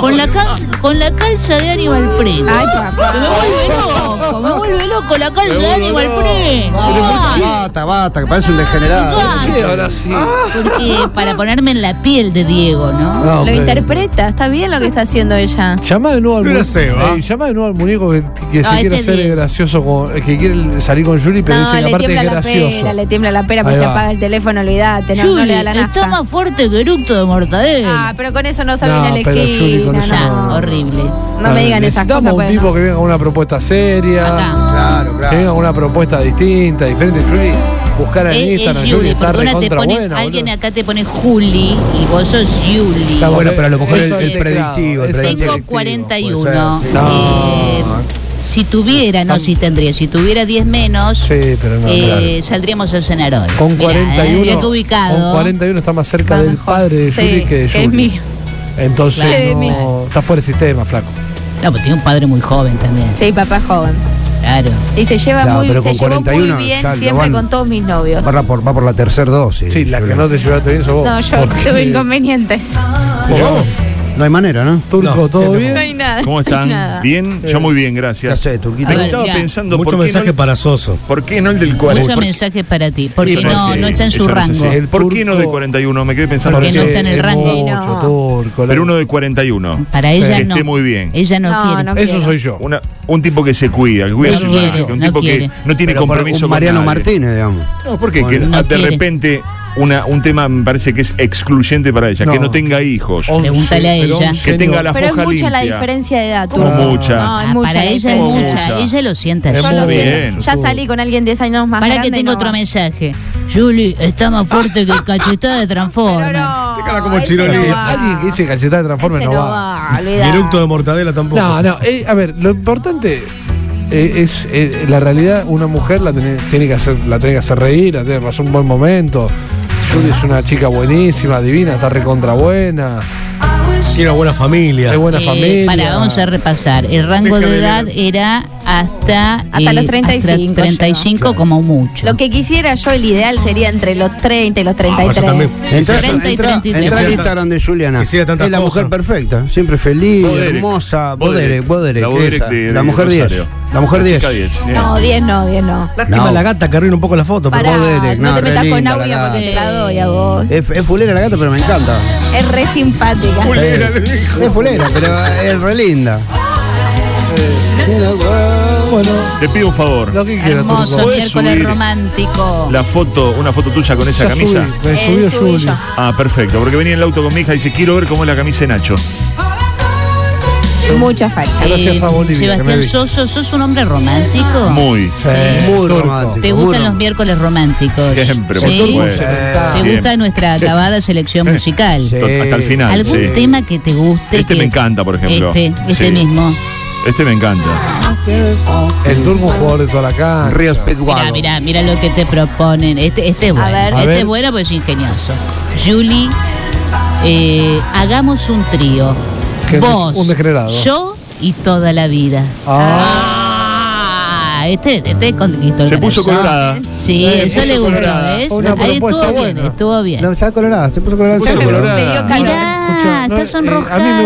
Speaker 3: con la, ca- con la calza de Animal Print.
Speaker 6: Ah.
Speaker 5: Ay, papá.
Speaker 3: Que me vuelve loco, me vuelve loco la calza de Animal Print. Ay,
Speaker 4: Bata, bata, que parece un degenerado.
Speaker 6: Sí, ahora sí.
Speaker 3: Ah. Porque para ponerme en la piel de Diego, ¿no?
Speaker 6: No,
Speaker 5: Lo
Speaker 6: pero-
Speaker 5: interpreta, está bien lo que está haciendo ella.
Speaker 6: Llama de nuevo al
Speaker 13: Pero
Speaker 6: muñeco.
Speaker 13: se va.
Speaker 6: Ey, llama de nuevo al muñeco que, que
Speaker 3: No,
Speaker 6: se quiere
Speaker 3: este
Speaker 6: hacer
Speaker 3: bien.
Speaker 6: gracioso con, eh, que quiere salir con Yuri, pero
Speaker 5: No,
Speaker 6: dice que
Speaker 5: le
Speaker 6: aparte es
Speaker 5: tiembla la
Speaker 6: gracioso.
Speaker 5: pera, le tiembla la pera,
Speaker 6: Ahí
Speaker 5: pues se
Speaker 6: va.
Speaker 5: apaga el teléfono, olvidate, no, no
Speaker 3: Juli,
Speaker 5: le da la
Speaker 3: está
Speaker 5: nafta.
Speaker 3: más fuerte que eructo de mortadela.
Speaker 5: Ah, pero con eso no salen
Speaker 6: No,
Speaker 5: a la
Speaker 6: pero Juli, con eso
Speaker 5: esquina,
Speaker 3: Nah,
Speaker 5: no.
Speaker 3: horrible.
Speaker 5: No me digan esas
Speaker 6: Ah, Necesitamos
Speaker 5: cosas.
Speaker 6: un
Speaker 5: pues,
Speaker 6: tipo
Speaker 5: no.
Speaker 6: que venga con una propuesta seria.
Speaker 3: Acá.
Speaker 4: Claro,
Speaker 6: Que venga
Speaker 4: claro.
Speaker 6: con una propuesta distinta, diferente. Yuri, buscar
Speaker 5: Eh,
Speaker 6: en
Speaker 3: Es, Eh, es
Speaker 6: Instagram. Yuri
Speaker 3: Yuli,
Speaker 6: está
Speaker 3: porque una te
Speaker 6: recontra
Speaker 3: pone,
Speaker 6: buena.
Speaker 3: alguien
Speaker 6: boludo.
Speaker 3: acá te pone Juli y vos sos Yuli.
Speaker 6: Está
Speaker 4: Bueno, pero a lo mejor
Speaker 6: Eso
Speaker 4: el- el
Speaker 6: es teclado,
Speaker 4: predictivo, el
Speaker 6: eso es
Speaker 4: predictivo.
Speaker 6: teclado.
Speaker 3: 541.
Speaker 4: puede ser, sí.
Speaker 3: Eh,
Speaker 6: No.
Speaker 3: si tuviera, no si tendría, si tuviera 10 menos,
Speaker 6: Sí, pero no,
Speaker 3: eh, saldríamos a cenar hoy.
Speaker 6: Con
Speaker 3: Mirá,
Speaker 6: 41,
Speaker 3: eh, mirá que ubicado.
Speaker 6: con 41 está más cerca del padre de Yuri
Speaker 5: Sí,
Speaker 6: que de
Speaker 5: que
Speaker 6: Yuri.
Speaker 5: es mío.
Speaker 6: Entonces
Speaker 5: Claro. Que de
Speaker 6: no-
Speaker 5: mí.
Speaker 6: está fuera del sistema, flaco.
Speaker 3: No, pues tiene un padre muy joven también.
Speaker 5: Sí, papá es joven.
Speaker 3: Claro.
Speaker 5: Y se lleva
Speaker 4: Claro,
Speaker 5: muy,
Speaker 4: pero
Speaker 5: se
Speaker 4: con
Speaker 5: llevó
Speaker 4: 41
Speaker 5: muy bien
Speaker 4: ya lo
Speaker 5: siempre
Speaker 4: van-
Speaker 5: con todos mis novios.
Speaker 4: Va por, va por la tercera dosis.
Speaker 6: Sí, la que no te llevaste bien sos vos.
Speaker 5: No, yo
Speaker 6: Porque-
Speaker 5: tuve inconvenientes.
Speaker 6: ¿Vos?
Speaker 4: No hay manera, ¿no?
Speaker 6: Turco,
Speaker 13: No,
Speaker 6: ¿todo
Speaker 13: tenemos-
Speaker 6: bien?
Speaker 5: No hay nada.
Speaker 1: ¿Cómo están?
Speaker 5: No hay nada.
Speaker 1: Bien,
Speaker 13: Eh.
Speaker 1: yo muy bien,
Speaker 4: Ya
Speaker 1: gracias.
Speaker 4: sé, Turquito.
Speaker 3: A
Speaker 1: Me
Speaker 3: ver,
Speaker 1: estaba
Speaker 3: ya.
Speaker 1: pensando
Speaker 13: Mucho
Speaker 1: por, qué
Speaker 13: mensaje
Speaker 1: no,
Speaker 13: para Soso.
Speaker 1: por qué no el del 40.
Speaker 3: Muchos
Speaker 1: Por-
Speaker 3: mensajes para ti, porque
Speaker 1: Sí,
Speaker 3: no,
Speaker 1: sí,
Speaker 3: no está en su
Speaker 1: eso no sé
Speaker 3: rango.
Speaker 1: si-
Speaker 6: El
Speaker 1: ¿Por qué no de
Speaker 6: turco-
Speaker 1: 41? Me quedé pensando.
Speaker 3: Porque no
Speaker 1: recién.
Speaker 3: está en el
Speaker 6: es
Speaker 3: rango.
Speaker 6: mucho,
Speaker 5: No.
Speaker 6: turco, la-
Speaker 1: Pero uno de 41.
Speaker 3: Para ella
Speaker 1: Que
Speaker 3: no.
Speaker 1: esté muy bien.
Speaker 3: Ella no,
Speaker 5: No,
Speaker 3: quiere.
Speaker 5: no
Speaker 6: Eso
Speaker 5: quiero.
Speaker 6: soy yo.
Speaker 1: Una- un tipo que se cuida, que cuida
Speaker 3: No
Speaker 1: su
Speaker 3: quiere,
Speaker 1: imagen, un
Speaker 3: no
Speaker 1: tipo
Speaker 3: quiere.
Speaker 1: que no tiene
Speaker 4: Pero por
Speaker 1: compromiso
Speaker 4: un
Speaker 1: con
Speaker 4: Mariano
Speaker 1: nadie.
Speaker 4: Martínez, digamos.
Speaker 1: No, porque que
Speaker 3: No
Speaker 1: de
Speaker 3: quiere.
Speaker 1: repente una, un tema me parece que es excluyente para ella, que
Speaker 6: No.
Speaker 1: no tenga hijos,
Speaker 6: Once,
Speaker 3: Pregúntale a
Speaker 6: pero
Speaker 3: ella.
Speaker 6: once
Speaker 1: que tenga
Speaker 6: años.
Speaker 1: la
Speaker 5: Pero es
Speaker 1: foja
Speaker 5: mucha la
Speaker 1: limpia.
Speaker 5: diferencia de edad.
Speaker 1: Como
Speaker 5: tú.
Speaker 1: mucha.
Speaker 5: No,
Speaker 3: Ah,
Speaker 5: es mucha
Speaker 3: para
Speaker 5: la
Speaker 3: ella es
Speaker 5: diferencia de
Speaker 3: mucha.
Speaker 5: edad.
Speaker 1: mucha.
Speaker 3: Ella lo siente
Speaker 6: Es
Speaker 3: así.
Speaker 5: Yo lo
Speaker 1: Muy
Speaker 5: sé.
Speaker 1: bien.
Speaker 5: Ya salí con alguien 10 años más
Speaker 3: Para
Speaker 5: grande.
Speaker 3: que tengo
Speaker 5: y no
Speaker 3: otro
Speaker 5: va.
Speaker 3: mensaje. Julie está más fuerte que cachetada de Transformer.
Speaker 5: Pero no.
Speaker 13: Te cara como
Speaker 5: ese
Speaker 13: Chirolí.
Speaker 5: no va.
Speaker 6: Alguien que dice cachetada de transforme
Speaker 5: Ese
Speaker 6: no va.
Speaker 13: Ni
Speaker 5: olvidá.
Speaker 13: eructo de mortadela tampoco.
Speaker 6: No, no, eh, a ver, lo importante eh, es eh, la realidad, una mujer la tiene, tiene que hacer, la tiene que hacer reír, la tiene que pasar un buen momento. Judy es una chica buenísima, divina, está recontra buena,
Speaker 13: Tiene una buena familia.
Speaker 6: es buena
Speaker 3: Eh,
Speaker 6: familia.
Speaker 3: Para, vamos a repasar. El rango
Speaker 13: Déjame
Speaker 3: de
Speaker 13: ver
Speaker 3: edad
Speaker 13: eso.
Speaker 3: era hasta,
Speaker 5: Hasta los 35
Speaker 3: 35 como mucho.
Speaker 5: Lo que quisiera yo, el ideal sería entre los 30
Speaker 6: Ah,
Speaker 5: y los 33.
Speaker 13: también.
Speaker 4: Entra,
Speaker 3: 30
Speaker 4: entra,
Speaker 3: y 33.
Speaker 4: entra al
Speaker 13: Quisiera
Speaker 4: Instagram de Juliana. Es
Speaker 13: quisiera
Speaker 4: la
Speaker 13: tantas
Speaker 4: mujer
Speaker 13: cosas.
Speaker 4: perfecta, siempre feliz,
Speaker 1: Boderek.
Speaker 4: hermosa.
Speaker 1: Boderek.
Speaker 4: Boderek, Boderek.
Speaker 1: La Boderek
Speaker 4: esa.
Speaker 1: de-
Speaker 4: La
Speaker 1: de
Speaker 4: mujer 10.
Speaker 1: Rosario.
Speaker 4: La mujer
Speaker 1: chica
Speaker 4: 10.
Speaker 1: 10.
Speaker 5: No, 10 no, 10 no.
Speaker 13: Lástima
Speaker 4: No.
Speaker 13: la gata que arruina un poco la foto. pero-
Speaker 5: Pará,
Speaker 4: Derek,
Speaker 5: no,
Speaker 4: no,
Speaker 5: te
Speaker 4: re
Speaker 5: metas con
Speaker 4: linda la
Speaker 5: Aurea
Speaker 4: gata.
Speaker 5: porque te la doy a vos.
Speaker 4: Es, es fulera la gata, pero me encanta.
Speaker 5: Es re simpática. Eh,
Speaker 4: Es fulera, pero es re linda.
Speaker 6: Bueno,
Speaker 1: Te pido un favor.
Speaker 6: lo que quieras,
Speaker 3: Hermoso
Speaker 6: Turco.
Speaker 1: ¿Puedes
Speaker 3: miércoles
Speaker 1: subir
Speaker 3: romántico.
Speaker 1: La foto, una foto tuya con esa
Speaker 6: Ya
Speaker 1: camisa.
Speaker 6: subí, me
Speaker 5: Eh,
Speaker 6: subió
Speaker 5: subí
Speaker 6: Juli.
Speaker 5: yo.
Speaker 1: Ah, perfecto, porque venía en el auto con mi hija y dice, quiero ver cómo es la camisa de Nacho.
Speaker 5: Mucha facha.
Speaker 6: Gracias a Bolivia, que me
Speaker 3: Eh, Sebastián
Speaker 6: viste.
Speaker 3: Soso, ¿sos un hombre romántico?
Speaker 1: Muy.
Speaker 6: Eh,
Speaker 4: Muy
Speaker 6: turco.
Speaker 4: romántico.
Speaker 3: ¿Te gustan
Speaker 4: muy
Speaker 3: los miércoles románticos?
Speaker 1: Siempre, por
Speaker 3: ¿Sí?
Speaker 1: supuesto.
Speaker 3: ¿Te
Speaker 1: Siempre.
Speaker 3: gusta nuestra acabada selección musical?
Speaker 4: Sí.
Speaker 1: To- Hasta el final.
Speaker 3: ¿Algún
Speaker 1: sí.
Speaker 3: tema que te guste?
Speaker 1: Este
Speaker 3: que-
Speaker 1: me encanta, por ejemplo.
Speaker 3: Este, este
Speaker 1: Sí.
Speaker 3: mismo.
Speaker 1: Este me encanta.
Speaker 6: El turco un jugador de toda la cancha.
Speaker 4: Ríos
Speaker 3: Mira,
Speaker 4: Pitguaro.
Speaker 3: mira, mira lo que te proponen. Este, este es bueno.
Speaker 5: ver.
Speaker 3: este
Speaker 6: A ver.
Speaker 3: es bueno porque es ingenioso. Julie, eh, hagamos un trío.
Speaker 6: degener-
Speaker 3: Vos,
Speaker 6: un degenerado.
Speaker 3: Yo y toda la vida. Ah, este, este es conquistó el
Speaker 4: Se puso
Speaker 3: corazón.
Speaker 4: colorada.
Speaker 3: Sí,
Speaker 4: Eh, se
Speaker 3: eso
Speaker 4: puso
Speaker 3: le gustó.
Speaker 4: colorada.
Speaker 3: ¿ves?
Speaker 4: Fue una
Speaker 3: Ahí
Speaker 4: propuesta
Speaker 3: estuvo bien,
Speaker 4: buena.
Speaker 3: estuvo bien.
Speaker 4: No, se ha colorada, se puso colorada.
Speaker 6: puso
Speaker 4: en serio.
Speaker 6: colorada.
Speaker 3: Mirá, está
Speaker 6: eh, a mí me gusta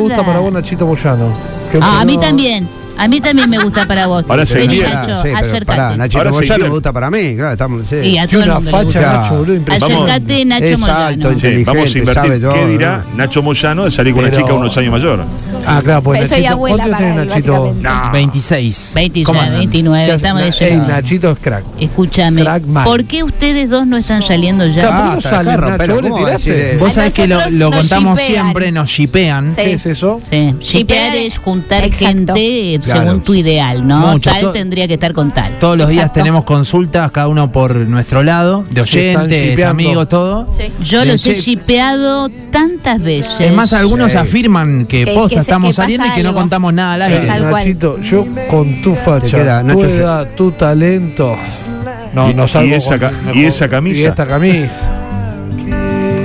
Speaker 3: sonrojada.
Speaker 6: para vos Nachito Moyano. Que
Speaker 3: Ah, a mí
Speaker 6: no-
Speaker 3: también. A mí también me gusta para vos.
Speaker 4: Ahora
Speaker 3: Vení,
Speaker 4: seguí.
Speaker 3: Nacho,
Speaker 4: Sí, pero
Speaker 3: acercate.
Speaker 4: pará, Nacho
Speaker 3: Ahora
Speaker 4: Ahora
Speaker 3: seguí.
Speaker 4: me gusta para mí, claro, estamos. Sí.
Speaker 3: Y a todo el mundo le gusta. Acercate, Nacho
Speaker 4: Es
Speaker 3: Moyano.
Speaker 4: alto,
Speaker 1: Sí,
Speaker 4: inteligente,
Speaker 1: vamos a invertir.
Speaker 4: sabe todo,
Speaker 1: ¿Qué dirá Nacho Moyano de salir con una
Speaker 6: Pero-
Speaker 1: chica unos años mayor?
Speaker 6: Ah, claro, pues
Speaker 1: Soy
Speaker 6: Nachito.
Speaker 3: abuela
Speaker 6: ¿Cuánto
Speaker 3: para
Speaker 6: tiene
Speaker 3: él,
Speaker 6: Nachito?
Speaker 3: básicamente.
Speaker 6: No.
Speaker 13: 26.
Speaker 3: 26, 29, estamos
Speaker 6: Na-
Speaker 3: diciendo.
Speaker 6: Ey, Nachito es crack.
Speaker 3: Escúchame,
Speaker 6: Crack mal.
Speaker 3: ¿por qué ustedes dos no están saliendo ya?
Speaker 6: Claro, ¿por qué no Ah, salen, Nacho? Carlos, pero ¿Vos le ¿cómo va a tiraste? decir, eh?
Speaker 13: Vos
Speaker 6: A
Speaker 13: sabés que lo,
Speaker 3: nosotros
Speaker 13: lo
Speaker 3: nos
Speaker 13: contamos
Speaker 3: shipean.
Speaker 13: siempre, nos shipean.
Speaker 3: Sí. ¿Qué es
Speaker 6: eso?
Speaker 3: Sí. Shippear es juntar gente eh,
Speaker 13: Claro.
Speaker 3: según tu ideal, ¿no?
Speaker 13: Mucho.
Speaker 3: Tal
Speaker 13: To-
Speaker 3: tendría que estar con tal.
Speaker 13: Todos los días
Speaker 3: Exacto.
Speaker 13: tenemos consultas, cada uno por nuestro lado, de
Speaker 3: Sí, están
Speaker 13: oyentes,
Speaker 3: shipeando.
Speaker 13: amigos, todo.
Speaker 3: Yo
Speaker 13: Bien,
Speaker 3: los he
Speaker 13: che.
Speaker 3: shipeado tantas veces.
Speaker 13: Es más, algunos
Speaker 3: Sí.
Speaker 13: afirman que
Speaker 3: Que-
Speaker 13: posta
Speaker 3: que se-
Speaker 13: estamos
Speaker 3: que pasa
Speaker 13: saliendo y que no
Speaker 3: algo.
Speaker 13: contamos nada al
Speaker 6: Eh,
Speaker 13: aire.
Speaker 6: Nachito, yo con tu facha,
Speaker 13: queda,
Speaker 6: tu
Speaker 13: Nacho, se-
Speaker 6: edad, tu talento. No,
Speaker 1: Y-
Speaker 6: no salgo
Speaker 1: y esa
Speaker 6: con-
Speaker 1: ca- y esa camisa.
Speaker 6: Y esta camisa.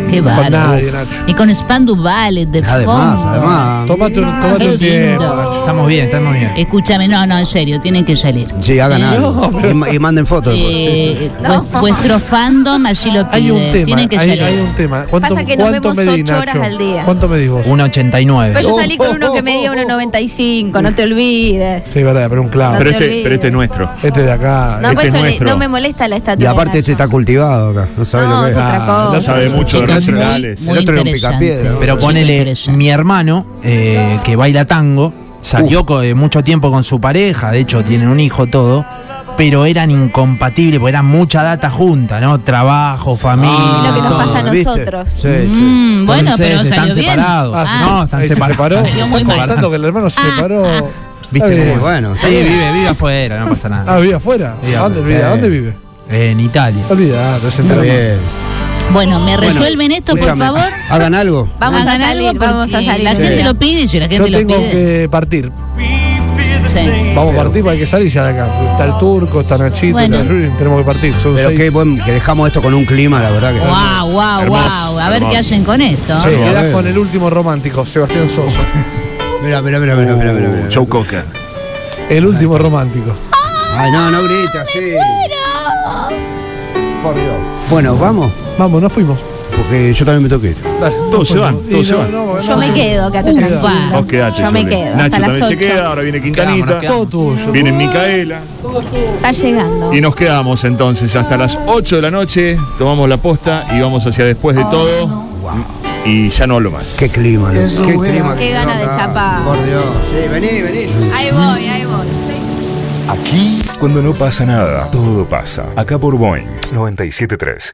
Speaker 3: Qué
Speaker 6: con
Speaker 3: bárbaro.
Speaker 6: nadie, Nacho.
Speaker 3: Y con Spandau Ballet de fondo.
Speaker 6: Tomate un, tomate un tiempo, Nacho.
Speaker 13: Estamos bien, estamos bien.
Speaker 3: Escúchame, no, no, en serio, tienen que salir.
Speaker 4: Sí, hagan
Speaker 3: Eh,
Speaker 4: algo. Y ma- Y manden fotos. después.
Speaker 3: eh,
Speaker 4: Sí, sí.
Speaker 3: vues- Vuestro fandom así lo pide.
Speaker 6: Hay un tema,
Speaker 3: tienen que
Speaker 6: hay,
Speaker 3: salir.
Speaker 6: hay un tema. ¿Cuánto,
Speaker 5: Pasa que nos
Speaker 6: cuánto
Speaker 5: vemos
Speaker 6: medí,
Speaker 5: ocho horas
Speaker 6: Nacho?
Speaker 5: al día.
Speaker 6: ¿Cuánto medís vos?
Speaker 13: 1,89.
Speaker 5: Pero Pues yo salí con uno que
Speaker 13: Oh,
Speaker 5: medía 1,95, no te olvides.
Speaker 6: Sí, verdad, pero un clavo.
Speaker 5: No
Speaker 1: pero,
Speaker 5: te
Speaker 1: este,
Speaker 5: olvides.
Speaker 1: pero este es nuestro.
Speaker 6: Este de acá.
Speaker 5: No,
Speaker 1: este
Speaker 5: por
Speaker 1: es
Speaker 5: eso le-
Speaker 1: nuestro.
Speaker 5: no me molesta la
Speaker 4: Y
Speaker 5: estatura.
Speaker 4: aparte este está cultivado acá, no sabe
Speaker 5: No,
Speaker 4: lo que
Speaker 5: es
Speaker 4: es.
Speaker 5: otra Ah, cosa.
Speaker 1: no sabe mucho de recitales.
Speaker 4: El otro era un picapiedra.
Speaker 13: Pero ponele,
Speaker 3: Mm,
Speaker 13: mi hermano, eh, que baila tango, salió co- eh, mucho tiempo con su pareja, de hecho tienen un hijo, todo, pero eran incompatibles, porque eran mucha data junta, ¿no?
Speaker 6: Ah,
Speaker 13: Trabajo, familia.
Speaker 4: Ah,
Speaker 5: Lo que nos
Speaker 13: todo.
Speaker 5: pasa a nosotros.
Speaker 3: Mm, bueno,
Speaker 13: Entonces,
Speaker 3: pero salió
Speaker 13: están
Speaker 3: bien.
Speaker 13: separados.
Speaker 3: Ah, sí.
Speaker 13: no, están
Speaker 6: Ahí se
Speaker 13: separados.
Speaker 6: separó.
Speaker 13: Están
Speaker 6: Estás
Speaker 13: separados.
Speaker 6: contando que el hermano se
Speaker 3: Ah,
Speaker 6: separó.
Speaker 13: ¿Viste?
Speaker 6: Está
Speaker 13: cómo
Speaker 6: bien.
Speaker 13: es? Sí, vive, vive afuera, no pasa nada.
Speaker 6: Ah, vive afuera.
Speaker 13: Vive
Speaker 6: ¿A ¿Dónde
Speaker 13: afuera,
Speaker 6: vive? ¿A
Speaker 13: sí.
Speaker 6: ¿Dónde vive?
Speaker 13: En Italia.
Speaker 6: Olvida, no se
Speaker 5: Mm.
Speaker 6: entera más.
Speaker 3: Bueno, me
Speaker 6: Bueno,
Speaker 3: resuelven esto, por
Speaker 6: escúchame.
Speaker 3: favor.
Speaker 4: Hagan algo.
Speaker 5: Vamos a
Speaker 3: Hagan algo
Speaker 5: salir, vamos a
Speaker 3: porque
Speaker 5: salir.
Speaker 3: La
Speaker 6: Sí.
Speaker 3: gente lo pide y si la
Speaker 6: Yo
Speaker 3: gente lo
Speaker 6: tengo
Speaker 3: pide.
Speaker 6: que partir.
Speaker 3: Sí.
Speaker 6: Vamos a partir para que salga ya de acá. Está el turco, está Nachito,
Speaker 3: Bueno.
Speaker 6: está Yuri, tenemos que partir. Son
Speaker 4: Pero
Speaker 6: seis.
Speaker 4: qué buen que dejamos esto con un clima, la verdad que.
Speaker 3: Wow, wow, wow. A ver qué hacen con esto.
Speaker 6: Sí, quedás con el último romántico, Sebastián Sosa.
Speaker 4: Mira, mira, mira, mira, mira, mira.
Speaker 1: Joe Cocker.
Speaker 6: El último romántico.
Speaker 4: Ay, no, no grites, sí. Por Dios. Bueno, vamos,
Speaker 6: Vamos, nos fuimos.
Speaker 4: porque yo también me toqué.
Speaker 1: Todos se van, todos se van.
Speaker 5: Yo me quedo, quédate
Speaker 1: Vos
Speaker 5: tranquilo.
Speaker 1: quedate,
Speaker 5: Yo me
Speaker 1: Soledad.
Speaker 5: quedo.
Speaker 1: Nacho
Speaker 5: Hasta
Speaker 1: también
Speaker 5: las
Speaker 1: se
Speaker 5: 8.
Speaker 1: queda, ahora viene Quintanita.
Speaker 6: Quedamos, nos quedamos. Todo tuyo.
Speaker 1: Viene Micaela.
Speaker 5: Está llegando.
Speaker 1: Y nos quedamos entonces hasta las 8 de la noche, tomamos la posta y vamos hacia después de todo. Y ya no hablo más.
Speaker 4: Qué clima, ¿no? Qué clima.
Speaker 5: Qué ganas de chapar.
Speaker 4: Por Dios. Sí, vení, vení.
Speaker 5: Ahí voy, ahí voy.
Speaker 15: Aquí, cuando no pasa nada, todo pasa. Acá por Boeing 973.